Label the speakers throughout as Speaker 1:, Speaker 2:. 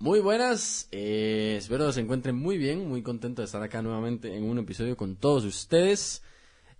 Speaker 1: Muy buenas, eh, espero que se encuentren muy bien, muy contento de estar acá nuevamente en un episodio con todos ustedes.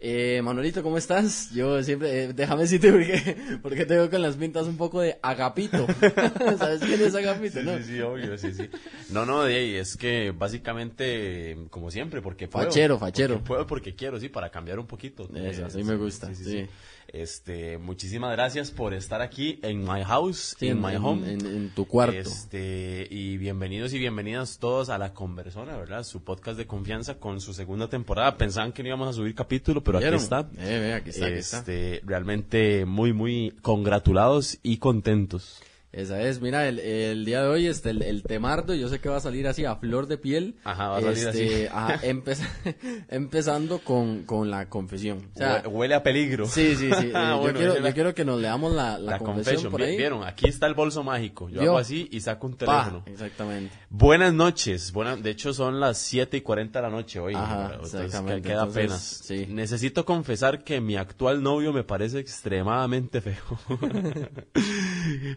Speaker 1: Eh, Manuelito, ¿cómo estás? Yo siempre, eh, déjame decirte porque, porque te veo con las pintas un poco de Agapito. ¿Sabes quién es Agapito?
Speaker 2: Sí,
Speaker 1: no?
Speaker 2: sí, sí, obvio, sí, sí. No, no, de ahí, es que básicamente, como siempre, porque puedo.
Speaker 1: Fachero, fachero.
Speaker 2: Porque puedo, porque quiero, sí, para cambiar un poquito.
Speaker 1: Eso,
Speaker 2: Eh,
Speaker 1: así me gusta, sí.
Speaker 2: Este, muchísimas gracias por estar aquí en my house,
Speaker 1: Sí,
Speaker 2: in my home.
Speaker 1: En, en tu cuarto.
Speaker 2: Este, y bienvenidos y bienvenidas todos a La Conversona, ¿verdad? Su podcast de confianza con su segunda temporada. Pensaban que no íbamos a subir capítulo, pero aquí
Speaker 1: ¿Vieron?
Speaker 2: está.
Speaker 1: Eh, ve, aquí está, aquí está.
Speaker 2: Este, realmente muy, muy congratulados y contentos.
Speaker 1: Esa es, mira, el, el día de hoy este, el, el temardo, yo sé que va a salir así a flor de piel. Este,
Speaker 2: Ajá, va a salir así.
Speaker 1: ajá, empeza- empezando con, con la confesión. O sea,
Speaker 2: Hue- Huele a peligro.
Speaker 1: sí, sí, sí. eh,
Speaker 2: Ah,
Speaker 1: yo,
Speaker 2: bueno,
Speaker 1: quiero,
Speaker 2: esa es la-
Speaker 1: yo quiero que nos leamos la, la,
Speaker 2: La
Speaker 1: confesión,
Speaker 2: confesión,
Speaker 1: por
Speaker 2: vi-
Speaker 1: ahí.
Speaker 2: vieron, aquí está el bolso mágico. Yo
Speaker 1: Yo.
Speaker 2: hago así y saco un
Speaker 1: Pa,
Speaker 2: teléfono.
Speaker 1: exactamente.
Speaker 2: Buenas noches. Buena- de hecho, son las 7 y 40 de la noche hoy.
Speaker 1: Ajá,
Speaker 2: Entonces, que-
Speaker 1: exactamente.
Speaker 2: queda
Speaker 1: Entonces,
Speaker 2: apenas.
Speaker 1: sí.
Speaker 2: Necesito confesar que mi actual novio me parece extremadamente feo.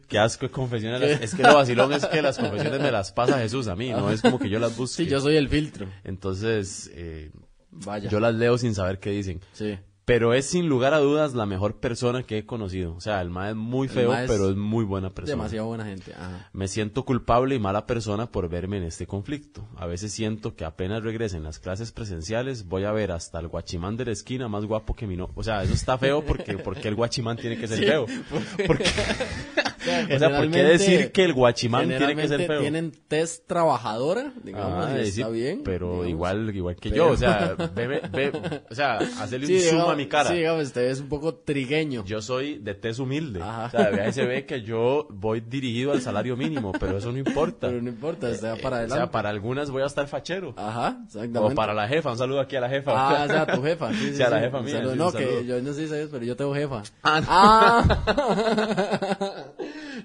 Speaker 2: Qué asco de confesiones. las- Es que lo vacilón es que las confesiones me las pasa Jesús a mí. No es como que yo las busque.
Speaker 1: Sí, yo soy el filtro.
Speaker 2: Entonces, eh,
Speaker 1: Vaya.
Speaker 2: yo las leo sin saber qué dicen.
Speaker 1: Sí.
Speaker 2: Pero es sin lugar a dudas la mejor persona que he conocido. O sea, el mae es muy
Speaker 1: El
Speaker 2: feo,
Speaker 1: mae es
Speaker 2: pero es muy buena persona.
Speaker 1: Demasiado buena gente. Ajá.
Speaker 2: Me siento culpable y mala persona por verme en este conflicto. A veces siento que apenas regresen las clases presenciales, voy a ver hasta el guachimán de la esquina más guapo que mi no. O sea, eso está feo porque, porque el guachimán tiene que ser feo. Porque- o sea, ¿por qué
Speaker 1: Generalmente-
Speaker 2: decir que el guachimán tiene que ser
Speaker 1: generalmente
Speaker 2: feo?
Speaker 1: tienen test trabajadora, digamos,
Speaker 2: Ah,
Speaker 1: y
Speaker 2: sí,
Speaker 1: está bien.
Speaker 2: Pero
Speaker 1: digamos.
Speaker 2: igual, igual que
Speaker 1: Pero-
Speaker 2: yo, o sea, ve- ve- o sea, hacerle
Speaker 1: Sí,
Speaker 2: un zoom
Speaker 1: digamos-
Speaker 2: a mi cara.
Speaker 1: Sí, digamos, usted es un poco trigueño.
Speaker 2: Yo soy de tez humilde.
Speaker 1: Ajá.
Speaker 2: O sea, ahí se ve que yo voy dirigido al salario mínimo, pero eso no importa.
Speaker 1: Pero no importa, está para
Speaker 2: Eh,
Speaker 1: adelante.
Speaker 2: O sea, para algunas voy a estar fachero.
Speaker 1: Ajá, exactamente.
Speaker 2: o para la jefa. Un saludo aquí a la jefa.
Speaker 1: Ah, o sea, tu jefa. Sí, sí,
Speaker 2: Sí, a la
Speaker 1: sí.
Speaker 2: jefa
Speaker 1: Un
Speaker 2: mía,
Speaker 1: saludo.
Speaker 2: sí, un
Speaker 1: no,
Speaker 2: saludo.
Speaker 1: que yo no sé si sabes, pero yo tengo jefa.
Speaker 2: Ah, no.
Speaker 1: Ah.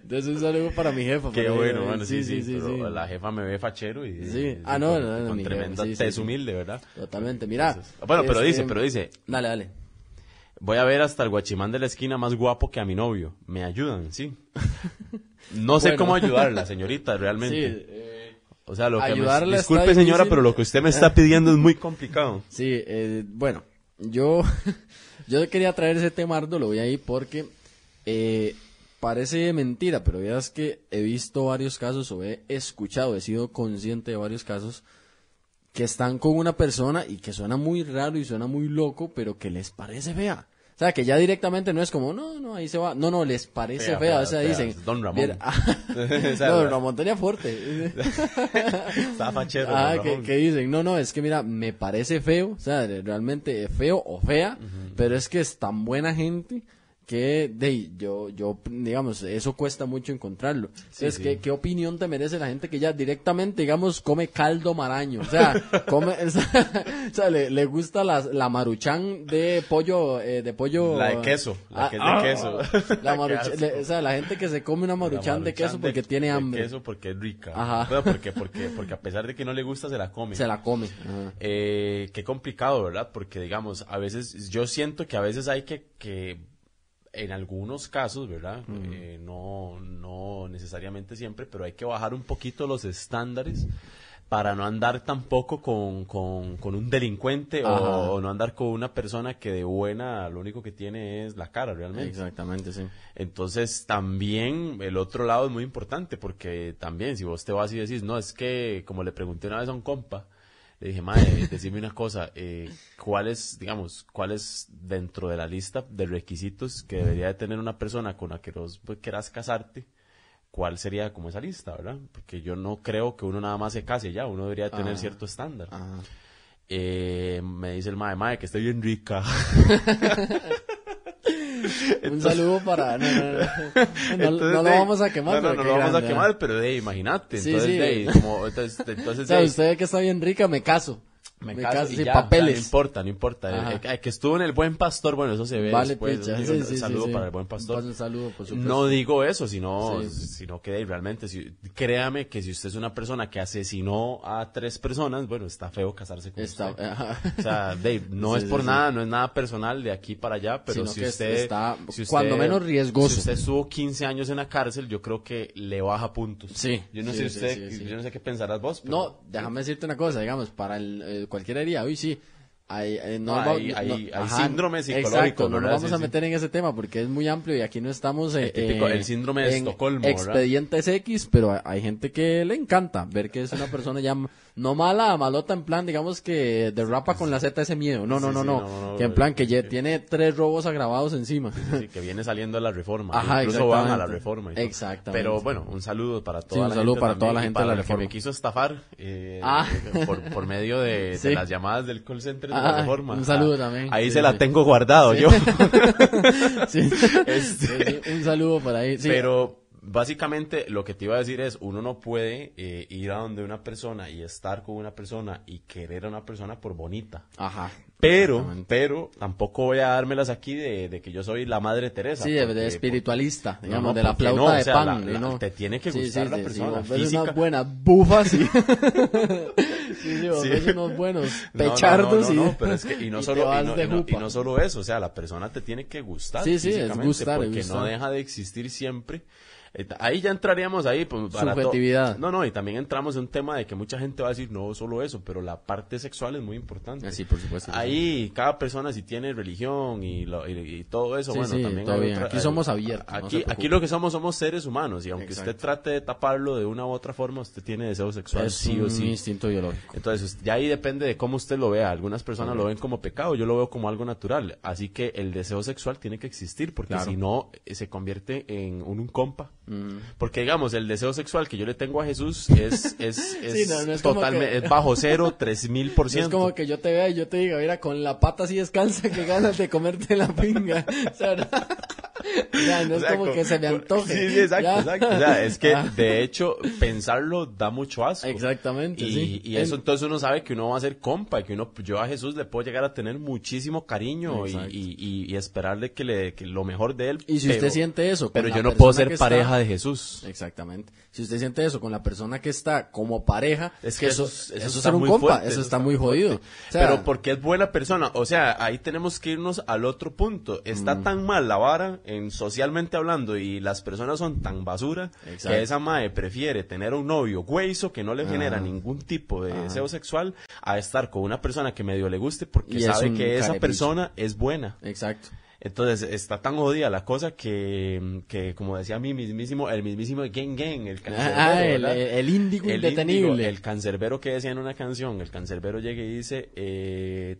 Speaker 1: Entonces un saludo para mi jefa.
Speaker 2: Qué
Speaker 1: por ahí,
Speaker 2: bueno,
Speaker 1: eh,
Speaker 2: bueno, sí, sí,
Speaker 1: sí,
Speaker 2: pero
Speaker 1: sí.
Speaker 2: la jefa me ve fachero y...
Speaker 1: Sí.
Speaker 2: y-
Speaker 1: Ah, no,
Speaker 2: con,
Speaker 1: no, no,
Speaker 2: con
Speaker 1: mi jefa,
Speaker 2: tremenda
Speaker 1: sí, sí,
Speaker 2: tez
Speaker 1: sí.
Speaker 2: humilde, ¿verdad?
Speaker 1: Totalmente, mira.
Speaker 2: Bueno, pero
Speaker 1: este,
Speaker 2: dice, pero dice,
Speaker 1: Dale, dale.
Speaker 2: voy a ver hasta el guachimán de la esquina más guapo que a mi novio. Me ayudan, sí. No sé
Speaker 1: Bueno.
Speaker 2: cómo ayudarla, señorita, realmente.
Speaker 1: Sí, eh,
Speaker 2: O sea, lo que
Speaker 1: Ayudarla
Speaker 2: me...
Speaker 1: está
Speaker 2: Disculpe, señora,
Speaker 1: difícil.
Speaker 2: pero lo que usted me está pidiendo es muy complicado.
Speaker 1: Sí, eh, bueno, yo, yo quería traer ese tema, Ardo, lo voy ahí porque eh, parece mentira, pero veas que he visto varios casos o he escuchado, he sido consciente de varios casos que están con una persona y que suena muy raro y suena muy loco, pero que les parece fea. O sea, que ya directamente no es como, no, no, ahí se va. No, no, les parece fea.
Speaker 2: Fea, fea,
Speaker 1: o sea,
Speaker 2: fea,
Speaker 1: dicen.
Speaker 2: es Don Ramón.
Speaker 1: "Viera-
Speaker 2: O sea,
Speaker 1: no, Don Ramón tenía fuerte.
Speaker 2: Está fachero.
Speaker 1: Ah,
Speaker 2: don
Speaker 1: que,
Speaker 2: Ramón.
Speaker 1: que dicen, no, no, es que mira, me parece feo, o sea, de- realmente es feo o fea, pero es que es tan buena gente que, de, ahí, yo, yo, digamos, eso cuesta mucho encontrarlo. Entonces,
Speaker 2: sí.
Speaker 1: ¿qué, qué opinión te merece la gente que ya directamente, digamos, come caldo maraño? O sea, come, o sea, o sea, le, le gusta la, la maruchan de pollo, eh, de pollo... Ah,
Speaker 2: La de queso, la que es de queso.
Speaker 1: La
Speaker 2: Qué
Speaker 1: maruchan-
Speaker 2: asco.
Speaker 1: le- o sea, la gente que se come una
Speaker 2: La
Speaker 1: maruchan, de queso porque tiene
Speaker 2: de
Speaker 1: hambre,
Speaker 2: queso porque es rica.
Speaker 1: Ajá.
Speaker 2: Bueno, porque, porque, porque a pesar de que no le gusta, se la come.
Speaker 1: se la come. Ah, Ajá.
Speaker 2: Eh, qué complicado, ¿verdad? Porque, digamos, a veces, yo siento que a veces hay que, que en algunos casos, ¿verdad? Eh, no, no necesariamente siempre, pero hay que bajar un poquito los estándares para no andar tampoco con, con, con un delincuente o,
Speaker 1: Ajá.
Speaker 2: o no andar con una persona que de buena lo único que tiene es la cara realmente.
Speaker 1: Exactamente, sí.
Speaker 2: Entonces también el otro lado es muy importante porque también si vos te vas y decís, no, es que como le pregunté una vez a un compa, le dije, madre, decime una cosa, eh, ¿cuál es, digamos, cuál es dentro de la lista de requisitos que debería de tener una persona con la que vos pues, querás casarte? ¿Cuál sería como esa lista, verdad? Porque yo no creo que uno nada más se case ya, uno debería tener
Speaker 1: Ah.
Speaker 2: cierto estándar.
Speaker 1: Ajá.
Speaker 2: Eh, me dice el madre, madre, que estoy bien rica.
Speaker 1: Un saludo para. No, no, no. No, no
Speaker 2: Entonces,
Speaker 1: lo
Speaker 2: de-
Speaker 1: vamos a quemar.
Speaker 2: No, no,
Speaker 1: pero
Speaker 2: no
Speaker 1: qué
Speaker 2: lo vamos
Speaker 1: grande,
Speaker 2: a
Speaker 1: ¿eh?
Speaker 2: quemar, pero de, imagínate.
Speaker 1: Sí,
Speaker 2: entonces,
Speaker 1: sí.
Speaker 2: de, como, entonces, de-
Speaker 1: O
Speaker 2: entonces,
Speaker 1: sea,
Speaker 2: de,
Speaker 1: usted ve que está bien rica, me caso.
Speaker 2: me,
Speaker 1: Me
Speaker 2: caso
Speaker 1: caso,
Speaker 2: y
Speaker 1: sí,
Speaker 2: ya,
Speaker 1: papeles.
Speaker 2: ya, No importa, no importa.
Speaker 1: Ajá.
Speaker 2: Eh, eh, que estuvo en el Buen Pastor, bueno, eso se ve
Speaker 1: Vale,
Speaker 2: después.
Speaker 1: picha.
Speaker 2: eso
Speaker 1: Sí,
Speaker 2: sí,
Speaker 1: sí,
Speaker 2: un
Speaker 1: sí,
Speaker 2: pues, saludo
Speaker 1: sí.
Speaker 2: para el Buen Pastor.
Speaker 1: Un saludo, por supuesto.
Speaker 2: No digo eso, sino,
Speaker 1: Sí.
Speaker 2: sino que eh, realmente, si, créame que si usted es una persona que asesinó a tres personas, bueno, está feo casarse con
Speaker 1: Está-
Speaker 2: usted.
Speaker 1: ajá.
Speaker 2: O sea, Dave, no
Speaker 1: Sí,
Speaker 2: es
Speaker 1: sí,
Speaker 2: por
Speaker 1: sí.
Speaker 2: nada, no es nada personal de aquí para allá, pero
Speaker 1: Sino
Speaker 2: si
Speaker 1: que
Speaker 2: usted,
Speaker 1: está
Speaker 2: si usted-
Speaker 1: cuando menos riesgoso.
Speaker 2: Si usted estuvo 15 años en la cárcel, yo creo que le baja puntos.
Speaker 1: Sí,
Speaker 2: Yo no
Speaker 1: sí,
Speaker 2: sé
Speaker 1: sí,
Speaker 2: usted,
Speaker 1: sí, sí.
Speaker 2: yo no sé qué pensarás vos. pero-
Speaker 1: No, déjame decirte una cosa, digamos, para el, eh, cualquier herida, hoy sí. Hay, eh, no
Speaker 2: No,
Speaker 1: va-
Speaker 2: hay-
Speaker 1: no-
Speaker 2: hay-
Speaker 1: no-
Speaker 2: hay síndromes psicológicos,
Speaker 1: Exacto, no nos
Speaker 2: ¿verdad?
Speaker 1: vamos
Speaker 2: Sí,
Speaker 1: a
Speaker 2: sí.
Speaker 1: meter en ese tema porque es muy amplio y aquí no estamos. eh,
Speaker 2: El típico-
Speaker 1: eh,
Speaker 2: el síndrome de
Speaker 1: en
Speaker 2: Estocolmo, ¿verdad?
Speaker 1: Expedientes X, pero hay- hay gente que le encanta ver que es una persona ya m- no mala, malota, en plan, digamos que derrapa con la Z ese miedo. No, no,
Speaker 2: Sí,
Speaker 1: no,
Speaker 2: sí,
Speaker 1: no,
Speaker 2: no, no,
Speaker 1: Que en
Speaker 2: eh,
Speaker 1: plan, que ya
Speaker 2: que-
Speaker 1: tiene tres robos agravados encima.
Speaker 2: Sí, que viene saliendo de la reforma.
Speaker 1: Ajá,
Speaker 2: Incluso van a la
Speaker 1: exactamente.
Speaker 2: reforma. y todo.
Speaker 1: Exactamente.
Speaker 2: Pero bueno, un saludo para toda
Speaker 1: Sí, un
Speaker 2: la
Speaker 1: saludo
Speaker 2: gente.
Speaker 1: para toda la
Speaker 2: también y
Speaker 1: gente de la
Speaker 2: para el que
Speaker 1: Reforma.
Speaker 2: me quiso estafar eh,
Speaker 1: Ah.
Speaker 2: por, por medio de, de
Speaker 1: Sí.
Speaker 2: las llamadas del call center de
Speaker 1: Ah,
Speaker 2: la reforma.
Speaker 1: un saludo
Speaker 2: Ah,
Speaker 1: también.
Speaker 2: Ahí
Speaker 1: Sí,
Speaker 2: se
Speaker 1: sí.
Speaker 2: la tengo guardado yo.
Speaker 1: Sí.
Speaker 2: Este,
Speaker 1: Sí, sí, Un saludo para ahí. Sí.
Speaker 2: Pero básicamente lo que te iba a decir es, uno no puede eh, ir a donde una persona y estar con una persona y querer a una persona por bonita.
Speaker 1: Ajá.
Speaker 2: Pero,
Speaker 1: exactamente.
Speaker 2: pero, tampoco voy a dármelas aquí de, de que yo soy la madre Teresa.
Speaker 1: Sí, de, de
Speaker 2: porque- pues,
Speaker 1: espiritualista,
Speaker 2: No,
Speaker 1: digamos,
Speaker 2: no,
Speaker 1: de la
Speaker 2: porque
Speaker 1: flauta
Speaker 2: no, o
Speaker 1: de
Speaker 2: sea,
Speaker 1: pan.
Speaker 2: la-
Speaker 1: y
Speaker 2: la-
Speaker 1: no.
Speaker 2: te tiene que gustar la persona,
Speaker 1: vos ves
Speaker 2: física.
Speaker 1: unas buenas bufas, sí. sí, sí, vos
Speaker 2: Sí.
Speaker 1: ves unos buenos
Speaker 2: No, no,
Speaker 1: pechardos
Speaker 2: no, no,
Speaker 1: y-
Speaker 2: no, pero es que y no
Speaker 1: te
Speaker 2: solo
Speaker 1: vas
Speaker 2: y no,
Speaker 1: de
Speaker 2: y no- y
Speaker 1: jupa.
Speaker 2: no solo eso, o sea, la persona te tiene que gustar
Speaker 1: Sí, sí, es
Speaker 2: físicamente,
Speaker 1: gustar, es
Speaker 2: porque no
Speaker 1: gustar.
Speaker 2: deja de existir siempre. Eh, Ahí ya entraríamos ahí pues, para to-
Speaker 1: Subjetividad.
Speaker 2: No, no, y también entramos en un tema de que mucha gente va a decir no solo eso, pero la parte sexual es muy importante.
Speaker 1: Ah, sí, por supuesto.
Speaker 2: Ahí cada persona si tiene religión y, lo- y- y todo eso,
Speaker 1: Sí,
Speaker 2: bueno,
Speaker 1: sí,
Speaker 2: también
Speaker 1: todo
Speaker 2: hay
Speaker 1: bien.
Speaker 2: otra-
Speaker 1: Aquí
Speaker 2: hay-
Speaker 1: somos abiertos, no se
Speaker 2: Aquí, aquí
Speaker 1: preocupe.
Speaker 2: lo que somos somos seres humanos y aunque usted
Speaker 1: Exacto.
Speaker 2: trate de taparlo de una u otra forma, usted tiene deseo sexual
Speaker 1: Es
Speaker 2: sí o
Speaker 1: un
Speaker 2: sí.
Speaker 1: instinto biológico.
Speaker 2: Entonces, ya ahí depende de cómo usted lo vea. Algunas personas lo ven como pecado, yo lo veo como algo natural. Así que el deseo sexual tiene que existir, porque
Speaker 1: Claro.
Speaker 2: si no, eh, se convierte en un, un compa. Porque, digamos, el deseo sexual que yo le tengo a Jesús es, es, es
Speaker 1: no, no es como
Speaker 2: totalmente,
Speaker 1: que-
Speaker 2: es bajo cero, tres mil por
Speaker 1: Es
Speaker 2: ciento.
Speaker 1: como que yo te vea y yo te diga, mira, con la pata así descalza, que ganas de comerte la pinga. O sea, no, Ya, no es
Speaker 2: O sea,
Speaker 1: como que se me antoje.
Speaker 2: Sí, sí, exacto,
Speaker 1: Ya.
Speaker 2: exacto. O sea, es que,
Speaker 1: Ah,
Speaker 2: de hecho, pensarlo da mucho asco.
Speaker 1: Exactamente,
Speaker 2: Y,
Speaker 1: sí.
Speaker 2: y eso
Speaker 1: En-
Speaker 2: entonces uno sabe que uno va a ser compa, que uno, yo a Jesús le puedo llegar a tener muchísimo cariño y,
Speaker 1: Exacto.
Speaker 2: y- y- y esperarle que, le, que lo mejor de él.
Speaker 1: Y si usted siente eso con
Speaker 2: Pero
Speaker 1: la
Speaker 2: yo no puedo
Speaker 1: persona
Speaker 2: ser
Speaker 1: que está-
Speaker 2: pareja de Jesús.
Speaker 1: Exactamente. Si usted siente eso con la persona que está como pareja,
Speaker 2: Es que eso, eso,
Speaker 1: eso, es
Speaker 2: está
Speaker 1: ser un
Speaker 2: muy
Speaker 1: compa,
Speaker 2: fuerte,
Speaker 1: eso está muy
Speaker 2: fuerte.
Speaker 1: jodido. O sea,
Speaker 2: Pero porque es buena persona, o sea, ahí tenemos que irnos al otro punto. Está
Speaker 1: Mm.
Speaker 2: tan mal la vara, en socialmente hablando, y las personas son tan basura,
Speaker 1: Exacto.
Speaker 2: que esa mae prefiere tener un novio hueso que no le
Speaker 1: Ah.
Speaker 2: genera ningún tipo de deseo sexual, a estar con una persona que medio le guste porque
Speaker 1: Y es
Speaker 2: sabe
Speaker 1: un
Speaker 2: que esa
Speaker 1: carepicho.
Speaker 2: persona es buena.
Speaker 1: Exacto.
Speaker 2: Entonces está tan jodida la cosa que, que como decía mi mismísimo, el mismísimo Gang Gang, el cancerbero,
Speaker 1: Ah, el,
Speaker 2: ¿verdad?
Speaker 1: el índigo
Speaker 2: el
Speaker 1: indetenible.
Speaker 2: índigo, el cancerbero que decía en una canción, el cancerbero llega y dice, eh,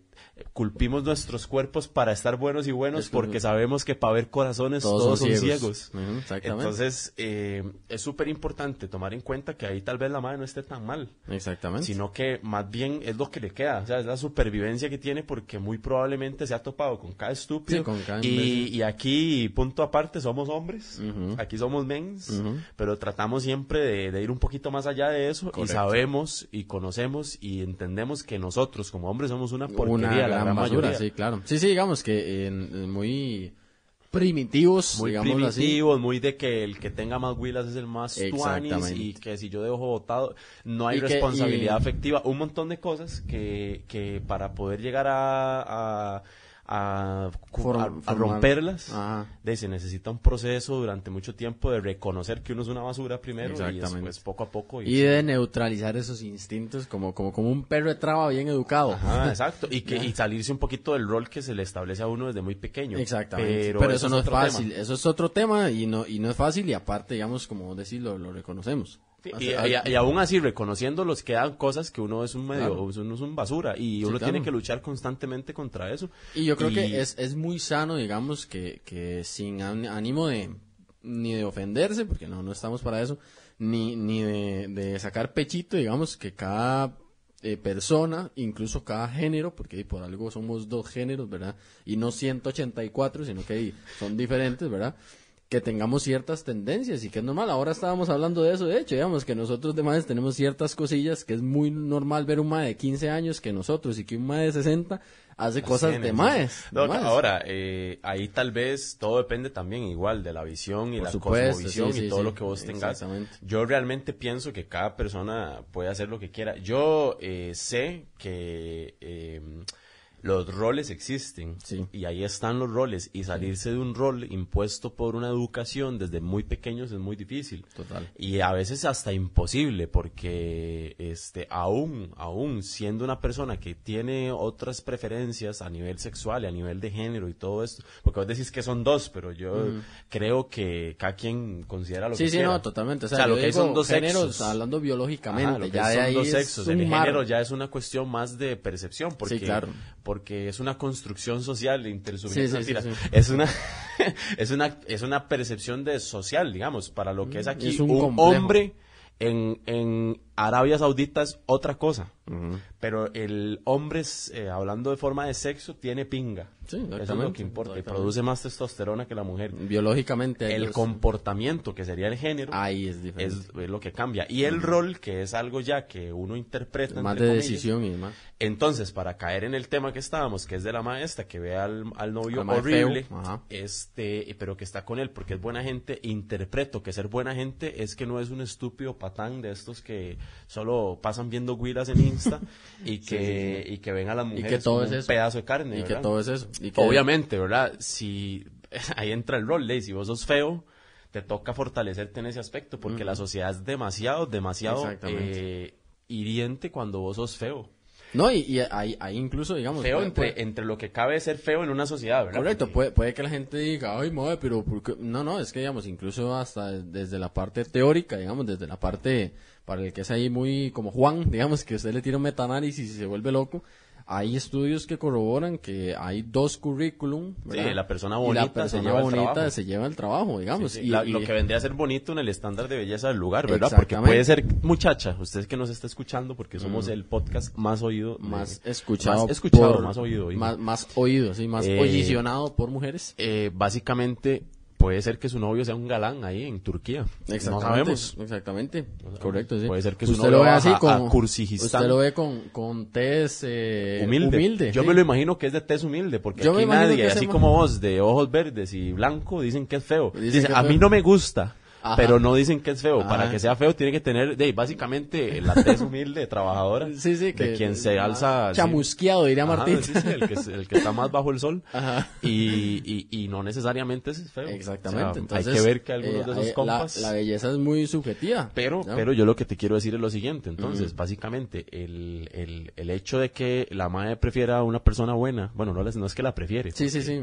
Speaker 2: culpimos nuestros cuerpos para estar buenos y buenos
Speaker 1: Es que-
Speaker 2: porque sabemos que para ver corazones todos, son ciegos.
Speaker 1: Ujú, exactamente.
Speaker 2: Entonces eh, es súper importante tomar en cuenta que ahí tal vez la madre no esté tan mal,
Speaker 1: Exactamente.
Speaker 2: sino que más bien es lo que le queda, o sea, es la supervivencia que tiene porque muy probablemente se ha topado con cada estúpido
Speaker 1: Sí, con cada
Speaker 2: y,
Speaker 1: imbécil.
Speaker 2: y aquí, punto aparte, somos hombres,
Speaker 1: Ujú.
Speaker 2: aquí somos mens,
Speaker 1: Ujú.
Speaker 2: pero tratamos siempre de, de ir un poquito más allá de eso
Speaker 1: Correcto.
Speaker 2: y sabemos y conocemos y entendemos que nosotros como hombres somos una porquería,
Speaker 1: una
Speaker 2: la
Speaker 1: gran,
Speaker 2: gran
Speaker 1: basura,
Speaker 2: mayoría.
Speaker 1: sí, claro. Sí, sí, digamos que en- en muy primitivos,
Speaker 2: Muy
Speaker 1: digamos así.
Speaker 2: primitivos, muy de que el que tenga más huilas es el más tuanis
Speaker 1: Exactamente.
Speaker 2: y que si yo dejo votado no hay
Speaker 1: Y que-
Speaker 2: responsabilidad
Speaker 1: y-
Speaker 2: afectiva. Un montón de cosas que, que para poder llegar a, a, a, cu-
Speaker 1: Form-
Speaker 2: a- a
Speaker 1: formar.
Speaker 2: romperlas
Speaker 1: Ajá.
Speaker 2: de- se necesita un proceso durante mucho tiempo de reconocer que uno es una basura primero y
Speaker 1: Exactamente.
Speaker 2: después poco a poco ir
Speaker 1: Y de neutralizar esos instintos como, como, como un perro de traba bien educado.
Speaker 2: Ah, exacto. Y, que, y salirse un poquito del rol que se le establece a uno desde muy pequeño.
Speaker 1: Exactamente. Pero, eso, no es
Speaker 2: otro tema.
Speaker 1: fácil. Eso es otro tema y no, y no es fácil y aparte, digamos, como decirlo, lo reconocemos.
Speaker 2: Sí,
Speaker 1: O
Speaker 2: Y,
Speaker 1: sea,
Speaker 2: y- y aún así, reconociéndolos, quedan cosas que uno es un medio,
Speaker 1: Claro.
Speaker 2: uno es un basura. Y uno
Speaker 1: claro.
Speaker 2: tiene que luchar constantemente contra eso.
Speaker 1: Y yo creo que es, es muy sano, digamos, que, que sin án- ánimo de ni de ofenderse, porque no, no estamos para eso, ni, ni de, de sacar pechito, digamos, que cada eh, persona, incluso cada género, porque por algo somos dos géneros, ¿verdad? Y no 184, sino que son diferentes, ¿verdad? que tengamos ciertas tendencias y que es normal. Ahora estábamos hablando de eso, de hecho, digamos que nosotros de madres tenemos ciertas cosillas que es muy normal ver un mae de 15 años que nosotros y que un mae de 60 hace cosas
Speaker 2: Así,
Speaker 1: de
Speaker 2: ¿no?
Speaker 1: maes. de
Speaker 2: No,
Speaker 1: maes.
Speaker 2: Ahora, eh, ahí tal vez todo depende también igual de la visión y
Speaker 1: Por
Speaker 2: la
Speaker 1: supuesto,
Speaker 2: cosmovisión
Speaker 1: sí, sí,
Speaker 2: y todo
Speaker 1: sí,
Speaker 2: lo que vos tengas.
Speaker 1: exactamente.
Speaker 2: Yo realmente pienso que cada persona puede hacer lo que quiera. Yo eh, sé que eh, los roles existen
Speaker 1: Sí.
Speaker 2: y ahí están los roles y salirse de un rol impuesto por una educación desde muy pequeños es muy difícil.
Speaker 1: Total.
Speaker 2: Y a veces hasta imposible, porque este, aún, aún siendo una persona que tiene otras preferencias a nivel sexual y a nivel de género y todo esto, porque vos decís que son dos, pero yo creo que cada quien considera lo
Speaker 1: Sí,
Speaker 2: que
Speaker 1: sí,
Speaker 2: quiera.
Speaker 1: no, totalmente. O sea,
Speaker 2: O sea,
Speaker 1: yo
Speaker 2: lo que
Speaker 1: digo
Speaker 2: son dos
Speaker 1: géneros,
Speaker 2: sexos.
Speaker 1: hablando biológicamente,
Speaker 2: Ajá, lo que
Speaker 1: ya de
Speaker 2: son
Speaker 1: ahí
Speaker 2: dos
Speaker 1: es
Speaker 2: sexos,
Speaker 1: un
Speaker 2: el
Speaker 1: mar.
Speaker 2: género ya es una cuestión más de percepción, porque,
Speaker 1: Sí, claro.
Speaker 2: porque es una construcción social,
Speaker 1: Sí, sí,
Speaker 2: intersubjetiva,
Speaker 1: sí,
Speaker 2: mentira,
Speaker 1: sí.
Speaker 2: es una es una es una percepción de social, digamos, para lo que es aquí
Speaker 1: Mm, Es un
Speaker 2: un,
Speaker 1: complejo.
Speaker 2: hombre en, en Arabia Saudita es otra cosa, pero el hombre, es, eh, hablando de forma de sexo, tiene pinga,
Speaker 1: Sí,
Speaker 2: eso es lo
Speaker 1: exactamente,
Speaker 2: que importa, y
Speaker 1: exactamente.
Speaker 2: produce más testosterona que la mujer.
Speaker 1: Biológicamente.
Speaker 2: El
Speaker 1: ellos-
Speaker 2: comportamiento, que sería el género,
Speaker 1: Ahí es diferente.
Speaker 2: es, es lo que cambia. Y el rol, que es algo ya que uno interpreta.
Speaker 1: más de
Speaker 2: entre comillas.
Speaker 1: decisión y demás.
Speaker 2: Entonces, para caer en el tema que estábamos, que es de la maestra que ve al, al novio
Speaker 1: Al mae
Speaker 2: horrible,
Speaker 1: feo, ajá.
Speaker 2: este, pero que está con él porque es buena gente, interpreto que ser buena gente es que no es un estúpido patán de estos que solo pasan viendo guiras en Insta y que, y que ven a las
Speaker 1: Y
Speaker 2: mujeres
Speaker 1: que todo
Speaker 2: como
Speaker 1: es
Speaker 2: un
Speaker 1: eso.
Speaker 2: pedazo de carne.
Speaker 1: Y que
Speaker 2: ¿verdad?
Speaker 1: todo es eso. Y que-
Speaker 2: Obviamente, ¿verdad? Si ahí entra el rol, ley, si vos sos feo, te toca fortalecerte en ese aspecto, porque la sociedad es demasiado, demasiado
Speaker 1: Exactamente.
Speaker 2: eh, hiriente cuando vos sos feo.
Speaker 1: No, y, y ahí, ahí incluso, digamos.
Speaker 2: Feo
Speaker 1: puede-
Speaker 2: entre, entre lo que cabe ser feo en una sociedad, ¿verdad?
Speaker 1: Correcto,
Speaker 2: Porque-
Speaker 1: puede, puede que la gente diga, ay, madre, pero ¿por qué?". No, no, es que, digamos, incluso hasta desde la parte teórica, digamos, desde la parte, para el que es ahí muy como Juan, digamos, que usted le tira un metaanálisis y se vuelve loco, hay estudios que corroboran que hay dos currículum, ¿verdad?
Speaker 2: la persona
Speaker 1: Y
Speaker 2: bonita
Speaker 1: la
Speaker 2: se
Speaker 1: persona
Speaker 2: lleva el
Speaker 1: bonita
Speaker 2: trabajo.
Speaker 1: se lleva el trabajo, digamos.
Speaker 2: Sí,
Speaker 1: y,
Speaker 2: la-
Speaker 1: y-
Speaker 2: lo que vendría a ser bonito en el estándar de belleza del lugar, ¿verdad? Porque puede ser muchacha, usted que nos está escuchando, porque somos el podcast más oído. de-
Speaker 1: Mm. más escuchado,
Speaker 2: Más escuchado,
Speaker 1: por-
Speaker 2: más oído. oído.
Speaker 1: Más, más oído, sí, más
Speaker 2: Eh,
Speaker 1: oyicionado por mujeres.
Speaker 2: Eh, básicamente, puede ser que su novio sea un galán ahí en Turquía. No sabemos.
Speaker 1: Exactamente. Correcto, sí.
Speaker 2: Puede ser que su
Speaker 1: usted
Speaker 2: novio
Speaker 1: lo ve
Speaker 2: baja
Speaker 1: así
Speaker 2: a
Speaker 1: con
Speaker 2: Kurzijistán.
Speaker 1: Usted lo ve con con tez eh,
Speaker 2: humilde. Yo
Speaker 1: sí.
Speaker 2: me lo imagino que es de tez humilde, porque
Speaker 1: Yo me
Speaker 2: aquí
Speaker 1: imagino que
Speaker 2: nadie,
Speaker 1: ese
Speaker 2: así
Speaker 1: ma-
Speaker 2: como vos, de ojos verdes y blanco, dicen que es feo.
Speaker 1: Dicen
Speaker 2: Dicen,
Speaker 1: que es
Speaker 2: a
Speaker 1: feo".
Speaker 2: mí no me gusta,
Speaker 1: Ajá.
Speaker 2: pero no dicen que es feo.
Speaker 1: Ajá.
Speaker 2: Para que sea feo tiene que tener, de, básicamente, la tez humilde, trabajadora,
Speaker 1: Sí, sí, que
Speaker 2: de quien se
Speaker 1: ah,
Speaker 2: alza... sí.
Speaker 1: chamusqueado diría
Speaker 2: Ajá,
Speaker 1: Martín.
Speaker 2: sí, sí, el, que, es- el que está más bajo el sol
Speaker 1: Ajá.
Speaker 2: y, y, y no necesariamente es feo.
Speaker 1: Exactamente.
Speaker 2: O sea,
Speaker 1: Entonces,
Speaker 2: hay que ver que algunos
Speaker 1: eh,
Speaker 2: de esos
Speaker 1: eh,
Speaker 2: compas...
Speaker 1: La, la belleza es muy subjetiva.
Speaker 2: Pero,
Speaker 1: ¿no?
Speaker 2: pero yo lo que te quiero decir es lo siguiente. Entonces, básicamente, el, el, el hecho de que la madre prefiera a una persona buena, bueno, no, las- no es que la prefiere,
Speaker 1: Sí, sí, sí.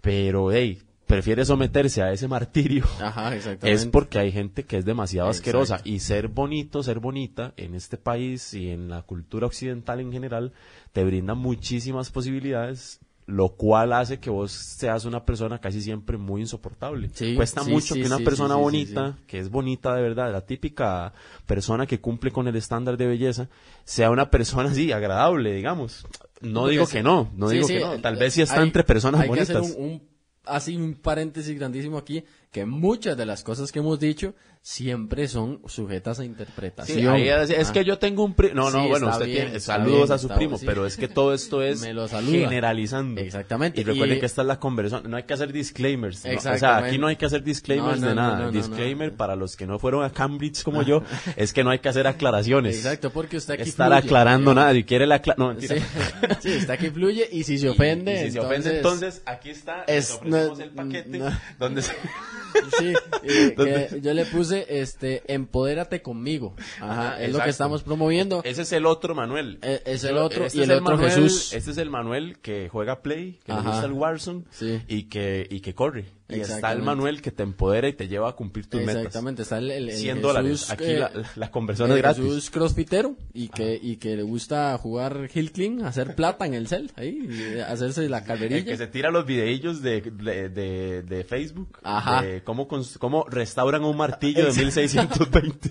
Speaker 2: pero, hey, prefiere someterse a ese martirio.
Speaker 1: Ajá, exactamente.
Speaker 2: Es porque hay gente que es demasiado
Speaker 1: Exacto.
Speaker 2: asquerosa y ser bonito, ser bonita en este país y en la cultura occidental en general te brinda muchísimas posibilidades, lo cual hace que vos seas una persona casi siempre muy insoportable.
Speaker 1: Sí,
Speaker 2: Cuesta
Speaker 1: sí,
Speaker 2: mucho
Speaker 1: sí,
Speaker 2: que una
Speaker 1: sí,
Speaker 2: persona
Speaker 1: sí, sí,
Speaker 2: bonita,
Speaker 1: sí,
Speaker 2: que es bonita de verdad, la típica persona que cumple con el estándar de belleza, sea una persona así agradable, digamos. No
Speaker 1: Porque
Speaker 2: digo
Speaker 1: sí.
Speaker 2: que no, no
Speaker 1: Sí,
Speaker 2: digo
Speaker 1: sí,
Speaker 2: que no. Tal
Speaker 1: eh,
Speaker 2: vez sí está
Speaker 1: hay-
Speaker 2: entre personas
Speaker 1: hay
Speaker 2: bonitas.
Speaker 1: Que hacer un, un- así un paréntesis grandísimo aquí, que muchas de las cosas que hemos dicho siempre son sujetas a interpretación.
Speaker 2: Sí, ahí es, es
Speaker 1: Ah.
Speaker 2: que yo tengo un primo. No, no,
Speaker 1: Sí,
Speaker 2: bueno,
Speaker 1: está
Speaker 2: usted
Speaker 1: bien,
Speaker 2: tiene.
Speaker 1: está
Speaker 2: Saludos
Speaker 1: bien,
Speaker 2: a su
Speaker 1: está-
Speaker 2: primo,
Speaker 1: sí.
Speaker 2: pero es que todo esto es
Speaker 1: Me lo saluda.
Speaker 2: generalizando.
Speaker 1: Exactamente,
Speaker 2: Y recuerden
Speaker 1: y-
Speaker 2: que esta es la conversación. No hay que hacer disclaimers. ¿no? O sea,
Speaker 1: Exactamente.
Speaker 2: aquí no hay que hacer disclaimers
Speaker 1: No, no,
Speaker 2: de
Speaker 1: no,
Speaker 2: nada.
Speaker 1: no, no,
Speaker 2: Disclaimer
Speaker 1: no.
Speaker 2: para los que no fueron a Cambridge como yo, es que no hay que hacer aclaraciones.
Speaker 1: Exacto, porque usted aquí
Speaker 2: pues, Estar
Speaker 1: fluye.
Speaker 2: aclarando nada. Si quiere la acla- No,
Speaker 1: Sí,
Speaker 2: mentira.
Speaker 1: sí, está que fluye y si se ofende,
Speaker 2: Y si se ofende, entonces aquí está.
Speaker 1: es-
Speaker 2: les ofrecemos
Speaker 1: no-
Speaker 2: el paquete.
Speaker 1: no.
Speaker 2: Donde se-
Speaker 1: Sí, eh,
Speaker 2: Entonces-
Speaker 1: que yo le puse este empodérate conmigo. Ajá, es
Speaker 2: Ajá,
Speaker 1: lo que
Speaker 2: exacto.
Speaker 1: estamos promoviendo.
Speaker 2: Ese es el otro Manuel.
Speaker 1: E- es el
Speaker 2: Yo-
Speaker 1: otro,
Speaker 2: este
Speaker 1: y
Speaker 2: es
Speaker 1: el otro
Speaker 2: Manuel-
Speaker 1: Jesús.
Speaker 2: Este es el Manuel que juega Play, que le
Speaker 1: Ajá.
Speaker 2: gusta el Warzone
Speaker 1: Sí.
Speaker 2: y, que, y que corre. Y está el
Speaker 1: Exactamente.
Speaker 2: Manuel que te empodera y te lleva a cumplir tus metas.
Speaker 1: Exactamente, está el, el, el
Speaker 2: 100
Speaker 1: Jesús,
Speaker 2: dólares. Aquí
Speaker 1: eh,
Speaker 2: la, la- la conversión es
Speaker 1: el
Speaker 2: gratis.
Speaker 1: Jesús crossfitero y que, y que le gusta jugar hill clean, hacer plata en el cel, ahí, y hacerse la
Speaker 2: El que
Speaker 1: calderilla.
Speaker 2: se tira los videillos de, de, de- de Facebook
Speaker 1: Ajá.
Speaker 2: de cómo, cons- cómo restauran un martillo de 1620.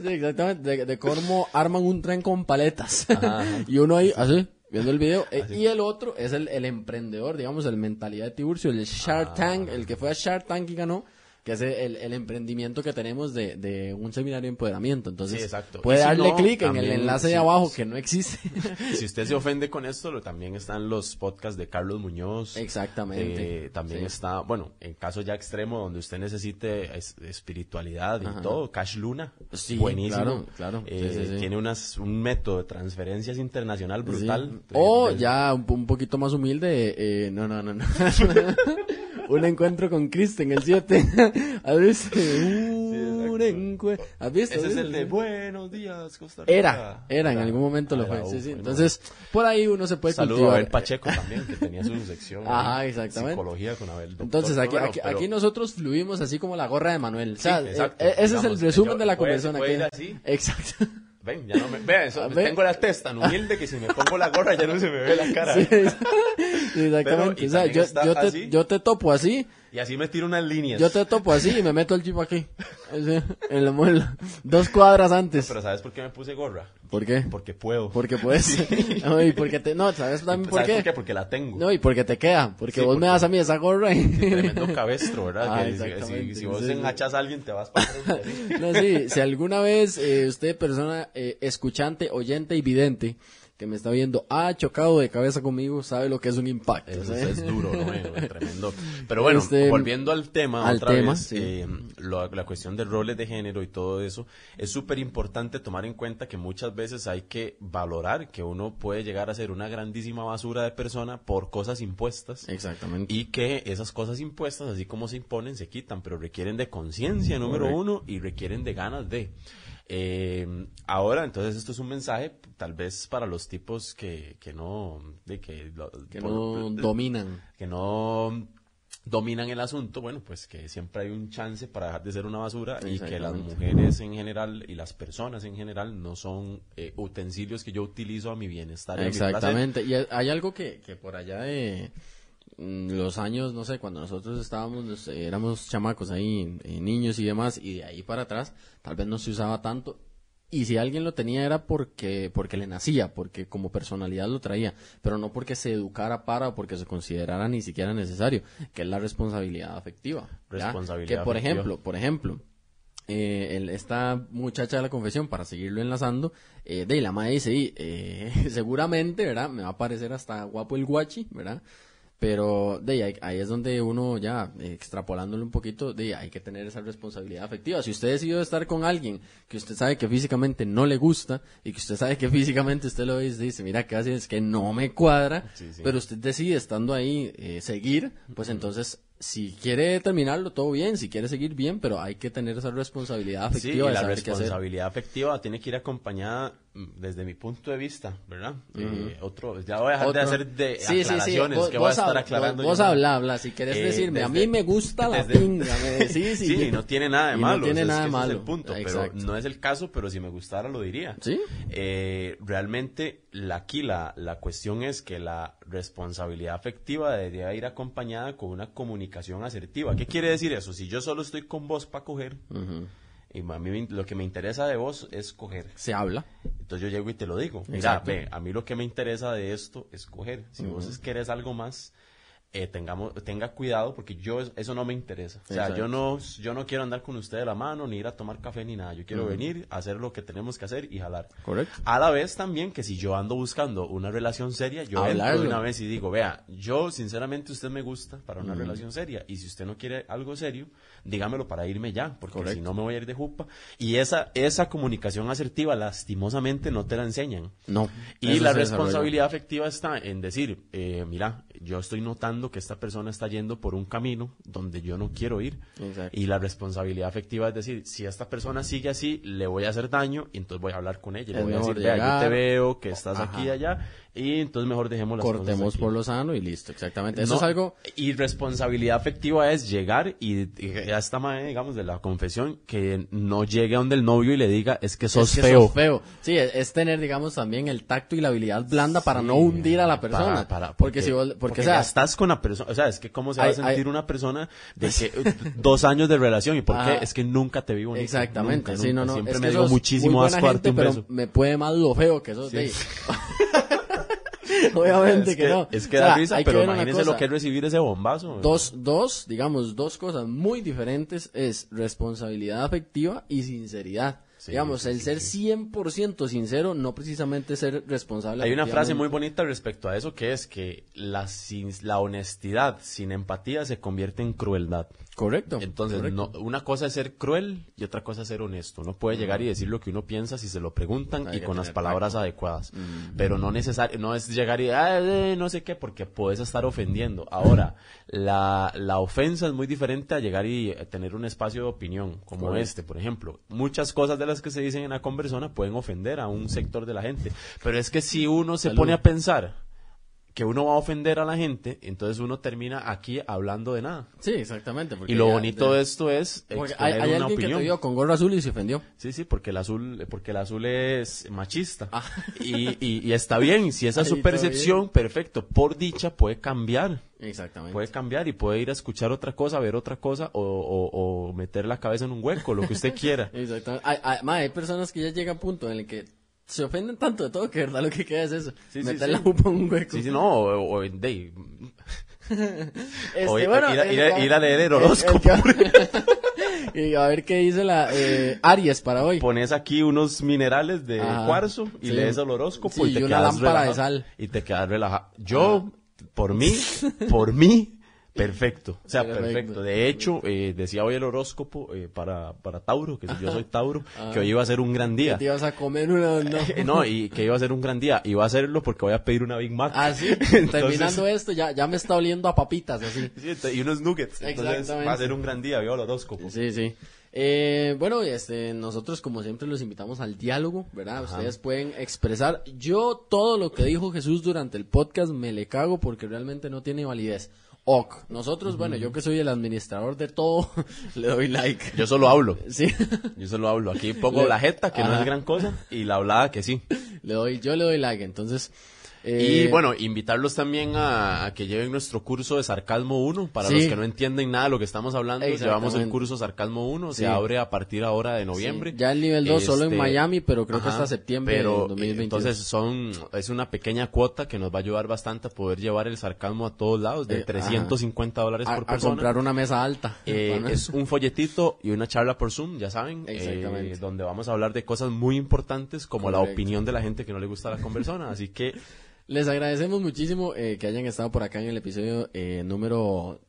Speaker 1: Sí, exactamente, de, de cómo arman un tren con paletas.
Speaker 2: Ajá, ajá.
Speaker 1: y uno ahí, así, viendo el video. Eh, Y el otro
Speaker 2: Ah.
Speaker 1: es el, el emprendedor, digamos, el mentalidad de Tiburcio, el Shark Tank, el que fue a Shark Tank y ganó. que es el, el emprendimiento que tenemos de, de un seminario de empoderamiento. Entonces,
Speaker 2: Sí, exacto.
Speaker 1: puede
Speaker 2: Y si
Speaker 1: darle
Speaker 2: no,
Speaker 1: clic en el
Speaker 2: también,
Speaker 1: enlace de
Speaker 2: sí,
Speaker 1: abajo
Speaker 2: sí.
Speaker 1: que no existe.
Speaker 2: Si usted se ofende con esto, lo- también están los podcasts de Carlos Muñoz.
Speaker 1: Exactamente.
Speaker 2: Eh, también
Speaker 1: Sí.
Speaker 2: está, bueno, en caso ya extremo donde usted necesite es- espiritualidad y
Speaker 1: Ajá.
Speaker 2: todo, Cash Luna,
Speaker 1: Sí,
Speaker 2: buenísimo.
Speaker 1: claro, claro.
Speaker 2: Eh,
Speaker 1: Sí, sí, sí.
Speaker 2: Tiene unas, un método de transferencias internacional
Speaker 1: Sí.
Speaker 2: brutal.
Speaker 1: O
Speaker 2: Eh, del-
Speaker 1: ya un, un poquito más humilde, eh, no, no, no, no. un encuentro con Kristen el 7. ¿Has visto? Un
Speaker 2: exacto.
Speaker 1: encue- ¿Has visto?
Speaker 2: Ese es
Speaker 1: ¿Has
Speaker 2: el de
Speaker 1: visto?
Speaker 2: buenos días, Costa Rica.
Speaker 1: Era, era, en algún momento lo
Speaker 2: Ah,
Speaker 1: fue.
Speaker 2: era,
Speaker 1: Sí,
Speaker 2: uf,
Speaker 1: sí.
Speaker 2: bueno.
Speaker 1: Entonces, por ahí uno se puede
Speaker 2: Saludo a
Speaker 1: cultivar.
Speaker 2: Abel Pacheco también, que tenía su sección.
Speaker 1: Ajá,
Speaker 2: ahí,
Speaker 1: exactamente.
Speaker 2: Psicología con Abel. doctor.
Speaker 1: Entonces, aquí,
Speaker 2: Bueno,
Speaker 1: aquí,
Speaker 2: pero-
Speaker 1: aquí nosotros fluimos así como la gorra de Manuel. O sea,
Speaker 2: Sí,
Speaker 1: eh,
Speaker 2: exacto.
Speaker 1: eh, ese es
Speaker 2: Digamos,
Speaker 1: el resumen
Speaker 2: yo-
Speaker 1: de la
Speaker 2: puede-
Speaker 1: conversación
Speaker 2: puede ir
Speaker 1: aquí.
Speaker 2: así.
Speaker 1: Exacto.
Speaker 2: Ven, ya no me. Vean, eso,
Speaker 1: A ver.
Speaker 2: tengo la tez tan humilde que si me pongo la gorra ya no se me ve la cara.
Speaker 1: Sí,
Speaker 2: ¿eh?
Speaker 1: exactamente.
Speaker 2: y
Speaker 1: o sea,
Speaker 2: también
Speaker 1: yo,
Speaker 2: está
Speaker 1: yo te,
Speaker 2: así.
Speaker 1: yo te topo así,
Speaker 2: Y así me tiro unas líneas.
Speaker 1: yo te topo así y me meto el chip aquí. Así, en la muela. Dos cuadras antes.
Speaker 2: Pero ¿sabes por qué me puse gorra?
Speaker 1: ¿Por qué?
Speaker 2: Porque puedo.
Speaker 1: Porque puedes. No, y porque te, no, ¿sabes también por
Speaker 2: ¿Sabes
Speaker 1: qué?
Speaker 2: Porque la tengo.
Speaker 1: No, y porque te queda. Porque
Speaker 2: Sí,
Speaker 1: vos me
Speaker 2: porque-
Speaker 1: das a mí esa gorra y...
Speaker 2: Tremendo cabestro, ¿verdad?
Speaker 1: Ah,
Speaker 2: Que si- si,
Speaker 1: exactamente,
Speaker 2: si vos
Speaker 1: sí, sí.
Speaker 2: enhachas a alguien te vas para atrás.
Speaker 1: No, sí, si alguna vez eh, usted, persona eh, escuchante, oyente y vidente, que me está viendo, ha chocado de cabeza conmigo, sabe lo que es un impacto.
Speaker 2: Eso
Speaker 1: ¿sí?
Speaker 2: es duro, ¿no? Eh, Tremendo. Pero bueno,
Speaker 1: Este,
Speaker 2: volviendo al tema
Speaker 1: al
Speaker 2: otra
Speaker 1: tema,
Speaker 2: vez,
Speaker 1: sí.
Speaker 2: eh, lo- la cuestión de roles de género y todo eso, es súper importante tomar en cuenta que muchas veces hay que valorar que uno puede llegar a ser una grandísima basura de persona por cosas impuestas.
Speaker 1: Exactamente.
Speaker 2: Y que esas cosas impuestas, así como se imponen, se quitan, pero requieren de conciencia, número
Speaker 1: Mm, Correcto.
Speaker 2: uno, y requieren de ganas de. Eh, ahora, entonces, esto es un mensaje, tal vez para los tipos que, que no. De que, lo-
Speaker 1: que
Speaker 2: por-
Speaker 1: no dominan.
Speaker 2: que no dominan el asunto, bueno, pues que siempre hay un chance para dejar de ser una basura y que las
Speaker 1: Exactamente.
Speaker 2: mujeres en general y las personas en general no son eh, utensilios que yo utilizo a mi bienestar. y a mi placer.
Speaker 1: Exactamente. Y hay- hay algo que, que por allá de mm, los años, no sé, cuando nosotros estábamos, no sé, éramos chamacos ahí, eh, niños y demás, y de ahí para atrás, tal vez no se usaba tanto. Y si alguien lo tenía era porque, porque le nacía, porque como personalidad lo traía, pero no porque se educara para o porque se considerara ni siquiera necesario, que es la responsabilidad afectiva. ¿ya?
Speaker 2: Responsabilidad
Speaker 1: Que por
Speaker 2: afectiva.
Speaker 1: ejemplo, por ejemplo, eh, el- esta muchacha de la confesión, para seguirlo enlazando, eh, de ahí la madre dice, y, eh, seguramente, ¿verdad? Me va a parecer hasta guapo el guachi, ¿verdad? Pero de ahí, ahí- ahí es donde uno ya, eh, extrapolándolo un poquito, de ahí hay que tener esa responsabilidad afectiva. Si usted decidió estar con alguien que usted sabe que físicamente no le gusta y que usted sabe que físicamente usted lo ve y dice, mira, casi es que no me cuadra,
Speaker 2: Sí, sí.
Speaker 1: pero usted decide estando ahí eh, seguir, pues entonces si quiere terminarlo todo bien, si quiere seguir bien, pero hay que tener esa responsabilidad
Speaker 2: Sí, y
Speaker 1: afectiva de
Speaker 2: la
Speaker 1: saber qué hacer.
Speaker 2: responsabilidad afectiva tiene que ir acompañada mm, desde mi punto de vista, ¿verdad? Eh, otro, ya voy a dejar
Speaker 1: Otro-
Speaker 2: de hacer de
Speaker 1: Sí, sí, sí,
Speaker 2: aclaraciones
Speaker 1: vos-
Speaker 2: que voy a
Speaker 1: vos
Speaker 2: estar
Speaker 1: habla-
Speaker 2: aclarando.
Speaker 1: Vos,
Speaker 2: yo.
Speaker 1: habla, habla, si quieres
Speaker 2: Eh,
Speaker 1: decirme, a
Speaker 2: desde-
Speaker 1: mí me gusta la
Speaker 2: desde-
Speaker 1: pinga, me- Eh, sí, sí.
Speaker 2: Sí, no tiene nada
Speaker 1: Y
Speaker 2: de
Speaker 1: no
Speaker 2: malo.
Speaker 1: tiene
Speaker 2: es
Speaker 1: nada
Speaker 2: que
Speaker 1: de
Speaker 2: ese es
Speaker 1: malo,
Speaker 2: el punto,
Speaker 1: exacto.
Speaker 2: pero no es el caso, pero si me gustara lo diría.
Speaker 1: Sí.
Speaker 2: Eh, realmente la, aquí la, la cuestión es que la responsabilidad afectiva debería ir acompañada con una comunicación asertiva. ¿Qué quiere decir eso? Si yo solo estoy con vos para coger,
Speaker 1: Ujú.
Speaker 2: y a mí me- lo que me interesa de vos es coger.
Speaker 1: Se habla.
Speaker 2: Entonces yo llego y te lo digo. Mira,
Speaker 1: Exacto.
Speaker 2: ve, a mí lo que me interesa de esto es coger. Si vos es- querés algo más, eh, tengamos, tenga cuidado porque yo es- eso no me interesa. O sea,
Speaker 1: Exacto.
Speaker 2: yo no, yo no quiero andar con usted de la mano, ni ir a tomar café, ni nada. Yo quiero venir, hacer lo que tenemos que hacer y jalar.
Speaker 1: Correcto.
Speaker 2: A la vez también que si yo ando buscando una relación seria, yo entro
Speaker 1: Hablarlo.
Speaker 2: de una vez y digo, vea, yo sinceramente usted me gusta para una relación seria y si usted no quiere algo serio, dígamelo para irme ya, porque
Speaker 1: Correcto.
Speaker 2: si no me voy a ir de jupa. Y esa, esa comunicación asertiva lastimosamente no te la enseñan.
Speaker 1: No.
Speaker 2: Y
Speaker 1: eso
Speaker 2: la
Speaker 1: se desarrolla.
Speaker 2: responsabilidad afectiva está en decir, eh, mira, yo estoy notando que esta persona está yendo por un camino donde yo no quiero ir.
Speaker 1: Exacto.
Speaker 2: Y la responsabilidad afectiva es decir, si esta persona sigue así, le voy a hacer daño y entonces voy a hablar con ella. y Le
Speaker 1: Es
Speaker 2: voy a decir,
Speaker 1: mejor
Speaker 2: vea, yo te
Speaker 1: llegar.
Speaker 2: veo que estás aquí y
Speaker 1: Ajá.
Speaker 2: allá y entonces mejor dejemos las cosas
Speaker 1: Cortemos
Speaker 2: aquí".
Speaker 1: por lo sano y listo, exactamente. Eso
Speaker 2: No,
Speaker 1: es algo
Speaker 2: Y responsabilidad afectiva es llegar y, y a esta madre, digamos, de la confesión, que no llegue a donde el novio y le diga, es que sos
Speaker 1: Es que
Speaker 2: feo.
Speaker 1: sos feo. Sí, e-, es, es tener, digamos, también el tacto y la habilidad blanda para no hundir a la
Speaker 2: Para-
Speaker 1: persona.
Speaker 2: para-
Speaker 1: porque, si vos, porque, o sea,
Speaker 2: ya estás con la persona, o sea, es que cómo se va
Speaker 1: Ay,
Speaker 2: a sentir
Speaker 1: ay.
Speaker 2: una persona de que eh, dos años de relación y por
Speaker 1: Ajá.
Speaker 2: qué es que nunca te vi bonito.
Speaker 1: exactamente.
Speaker 2: Nunca,
Speaker 1: sí,
Speaker 2: nunca.
Speaker 1: no, no.
Speaker 2: Siempre
Speaker 1: es
Speaker 2: me
Speaker 1: que
Speaker 2: dio
Speaker 1: sos muy
Speaker 2: muchísimo
Speaker 1: buena
Speaker 2: asco darte
Speaker 1: gente,
Speaker 2: un
Speaker 1: pero
Speaker 2: beso.
Speaker 1: me puede más lo feo que eso.
Speaker 2: Sí.
Speaker 1: Obviamente
Speaker 2: es
Speaker 1: que, no.
Speaker 2: Es que
Speaker 1: O sea,
Speaker 2: da risa,
Speaker 1: hay
Speaker 2: pero
Speaker 1: ver una
Speaker 2: imagínese lo
Speaker 1: cosa.
Speaker 2: que es recibir ese bombazo.
Speaker 1: Dos, dos, digamos, dos cosas muy diferentes es responsabilidad afectiva y sinceridad.
Speaker 2: Sí,
Speaker 1: digamos,
Speaker 2: sí,
Speaker 1: el
Speaker 2: sí,
Speaker 1: ser 100% sincero no precisamente ser responsable.
Speaker 2: Hay una frase muy
Speaker 1: afectivamente.
Speaker 2: bonita respecto a eso que es que la, sin- la honestidad sin empatía se convierte en crueldad.
Speaker 1: Correcto.
Speaker 2: Entonces,
Speaker 1: correcto.
Speaker 2: no, una cosa es ser cruel y otra cosa es ser honesto. Uno puede llegar y decir lo que uno piensa si se lo preguntan
Speaker 1: Hay
Speaker 2: y
Speaker 1: que
Speaker 2: con las
Speaker 1: tener
Speaker 2: palabras adecuadas. Pero no necesario, no es llegar y "Ah, eh, no sé qué, porque puedes estar ofendiendo. Ahora, la, la ofensa es muy diferente a llegar y eh, tener un espacio de opinión, como
Speaker 1: Correcto.
Speaker 2: este, por ejemplo. Muchas cosas de las que se dicen en la conversona pueden ofender a un sector de la gente. Pero es que si uno se
Speaker 1: Salud.
Speaker 2: pone a pensar que uno va a ofender a la gente, entonces uno termina aquí hablando de nada.
Speaker 1: Sí, exactamente. porque
Speaker 2: Y lo
Speaker 1: ya-
Speaker 2: bonito
Speaker 1: de-
Speaker 2: de esto es
Speaker 1: porque
Speaker 2: exponer
Speaker 1: hay, hay
Speaker 2: una
Speaker 1: alguien que
Speaker 2: opinión.
Speaker 1: te dio con gorro azul y se ofendió.
Speaker 2: Sí, sí, porque el azul, porque el azul es machista.
Speaker 1: Ah.
Speaker 2: Y, y- y está bien, si esa es
Speaker 1: Ahí
Speaker 2: su
Speaker 1: está
Speaker 2: percepción, perfecto. Por dicha puede cambiar,
Speaker 1: Exactamente.
Speaker 2: puede cambiar y puede ir a escuchar otra cosa, ver otra cosa o, o- o meter la cabeza en un hueco, lo que usted quiera.
Speaker 1: Exactamente. Hay, hay- ma, hay personas que ya llega a un punto en el que se ofenden tanto de todo que de verdad lo que queda es eso.
Speaker 2: Sí, sí,
Speaker 1: meter
Speaker 2: sí.
Speaker 1: la jupa en un hueco.
Speaker 2: Sí, sí, no, o, o- de-
Speaker 1: Este,
Speaker 2: o ir,
Speaker 1: bueno,
Speaker 2: ir a-
Speaker 1: el
Speaker 2: ir a-
Speaker 1: que-
Speaker 2: ir a leer el
Speaker 1: el- el
Speaker 2: horóscopo.
Speaker 1: que- y a ver qué dice la eh, Aries para hoy.
Speaker 2: Pones aquí unos minerales de
Speaker 1: Ajá,
Speaker 2: cuarzo y
Speaker 1: sí.
Speaker 2: lees el horóscopo
Speaker 1: Sí,
Speaker 2: y te
Speaker 1: y una
Speaker 2: quedas
Speaker 1: lámpara de
Speaker 2: relajado.
Speaker 1: sal.
Speaker 2: Y te quedas relajado. Yo, por mí, por mí, perfecto. O sea,
Speaker 1: Perfecto.
Speaker 2: perfecto. De hecho, eh, decía hoy el horóscopo eh, para, para Tauro, que si yo soy Tauro,
Speaker 1: Ah.
Speaker 2: que hoy iba a ser un gran día.
Speaker 1: Te ibas a comer una. No.
Speaker 2: Eh, No, y que iba a ser un gran día. Iba a hacerlo porque voy a pedir una Big Mac.
Speaker 1: Ah, sí. Terminando esto, ya, ya me está oliendo a papitas así.
Speaker 2: Sí, ent- y unos nuggets. Entonces
Speaker 1: Exactamente.
Speaker 2: va a ser un gran día, vio el horóscopo.
Speaker 1: Sí, sí. Eh, bueno, este, nosotros como siempre los invitamos al diálogo, ¿verdad? Ustedes pueden expresar. Yo todo lo que dijo Jesús durante el podcast me le cago porque realmente no tiene validez. Ok, nosotros, bueno, yo que soy el administrador de todo, le doy like.
Speaker 2: Yo solo hablo.
Speaker 1: Sí,
Speaker 2: Yo solo hablo. Aquí pongo
Speaker 1: Le-
Speaker 2: la jeta, que no
Speaker 1: Ajá.
Speaker 2: es gran cosa, y la hablada, que sí.
Speaker 1: le doy, yo le doy like, entonces.
Speaker 2: Y
Speaker 1: eh,
Speaker 2: bueno, invitarlos también a, a que lleven nuestro curso de Sarcasmo 1. Para
Speaker 1: Sí.
Speaker 2: los que no entienden nada de lo que estamos hablando, llevamos el
Speaker 1: Exactamente.
Speaker 2: curso Sarcasmo 1.
Speaker 1: Sí.
Speaker 2: Se abre a partir ahora de
Speaker 1: sí,
Speaker 2: noviembre.
Speaker 1: ya el nivel 2 solo en
Speaker 2: Este,
Speaker 1: Miami, pero creo que
Speaker 2: ajá,
Speaker 1: hasta septiembre
Speaker 2: pero,
Speaker 1: del
Speaker 2: eh,
Speaker 1: 2022.
Speaker 2: Entonces son, es una pequeña cuota que nos va a ayudar bastante a poder llevar el sarcasmo a todos lados,
Speaker 1: Eh,
Speaker 2: de
Speaker 1: ajá.
Speaker 2: 350 dólares
Speaker 1: a,
Speaker 2: por
Speaker 1: a
Speaker 2: persona.
Speaker 1: comprar una mesa alta.
Speaker 2: Eh,
Speaker 1: Bueno.
Speaker 2: es un folletito y una charla por Zoom, ya saben, eh,
Speaker 1: Exactamente.
Speaker 2: donde vamos a hablar de cosas muy importantes como la
Speaker 1: Correcto.
Speaker 2: opinión de la gente que no le gusta la conversona. Así que
Speaker 1: Les agradecemos muchísimo eh, que hayan estado por acá en el episodio eh, número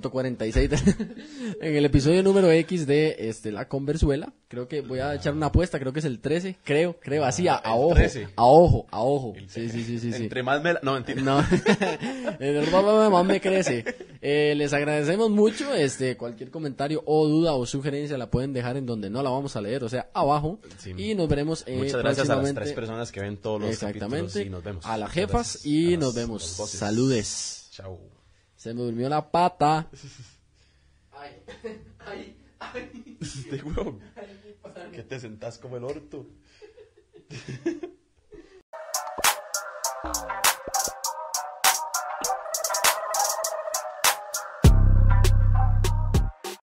Speaker 1: 146, de- en el episodio número X de este, La Conversuela. Creo que voy a echar una apuesta, creo que es el 13, creo, creo, así, a, a
Speaker 2: Ah, el
Speaker 1: ojo,
Speaker 2: 13.
Speaker 1: a ojo, a ojo. Sí, sí, sí, sí. sí.
Speaker 2: entre más me la- No, mentira.
Speaker 1: No, el hermano más me crece. Eh, les agradecemos mucho. Este, cualquier comentario o duda o sugerencia la pueden dejar en donde no la vamos a leer, o sea, abajo.
Speaker 2: Sí.
Speaker 1: Y nos veremos eh,
Speaker 2: Muchas gracias a las tres
Speaker 1: próximamente.
Speaker 2: personas que ven todos los capítulos
Speaker 1: Exactamente.
Speaker 2: y nos vemos.
Speaker 1: A las
Speaker 2: Muchas
Speaker 1: jefas
Speaker 2: gracias.
Speaker 1: y
Speaker 2: A
Speaker 1: nos
Speaker 2: las-
Speaker 1: vemos.
Speaker 2: a las voces.
Speaker 1: Saludes.
Speaker 2: Chao.
Speaker 1: Se me durmió la pata.
Speaker 2: Este huevón, Que te sentás como el orto.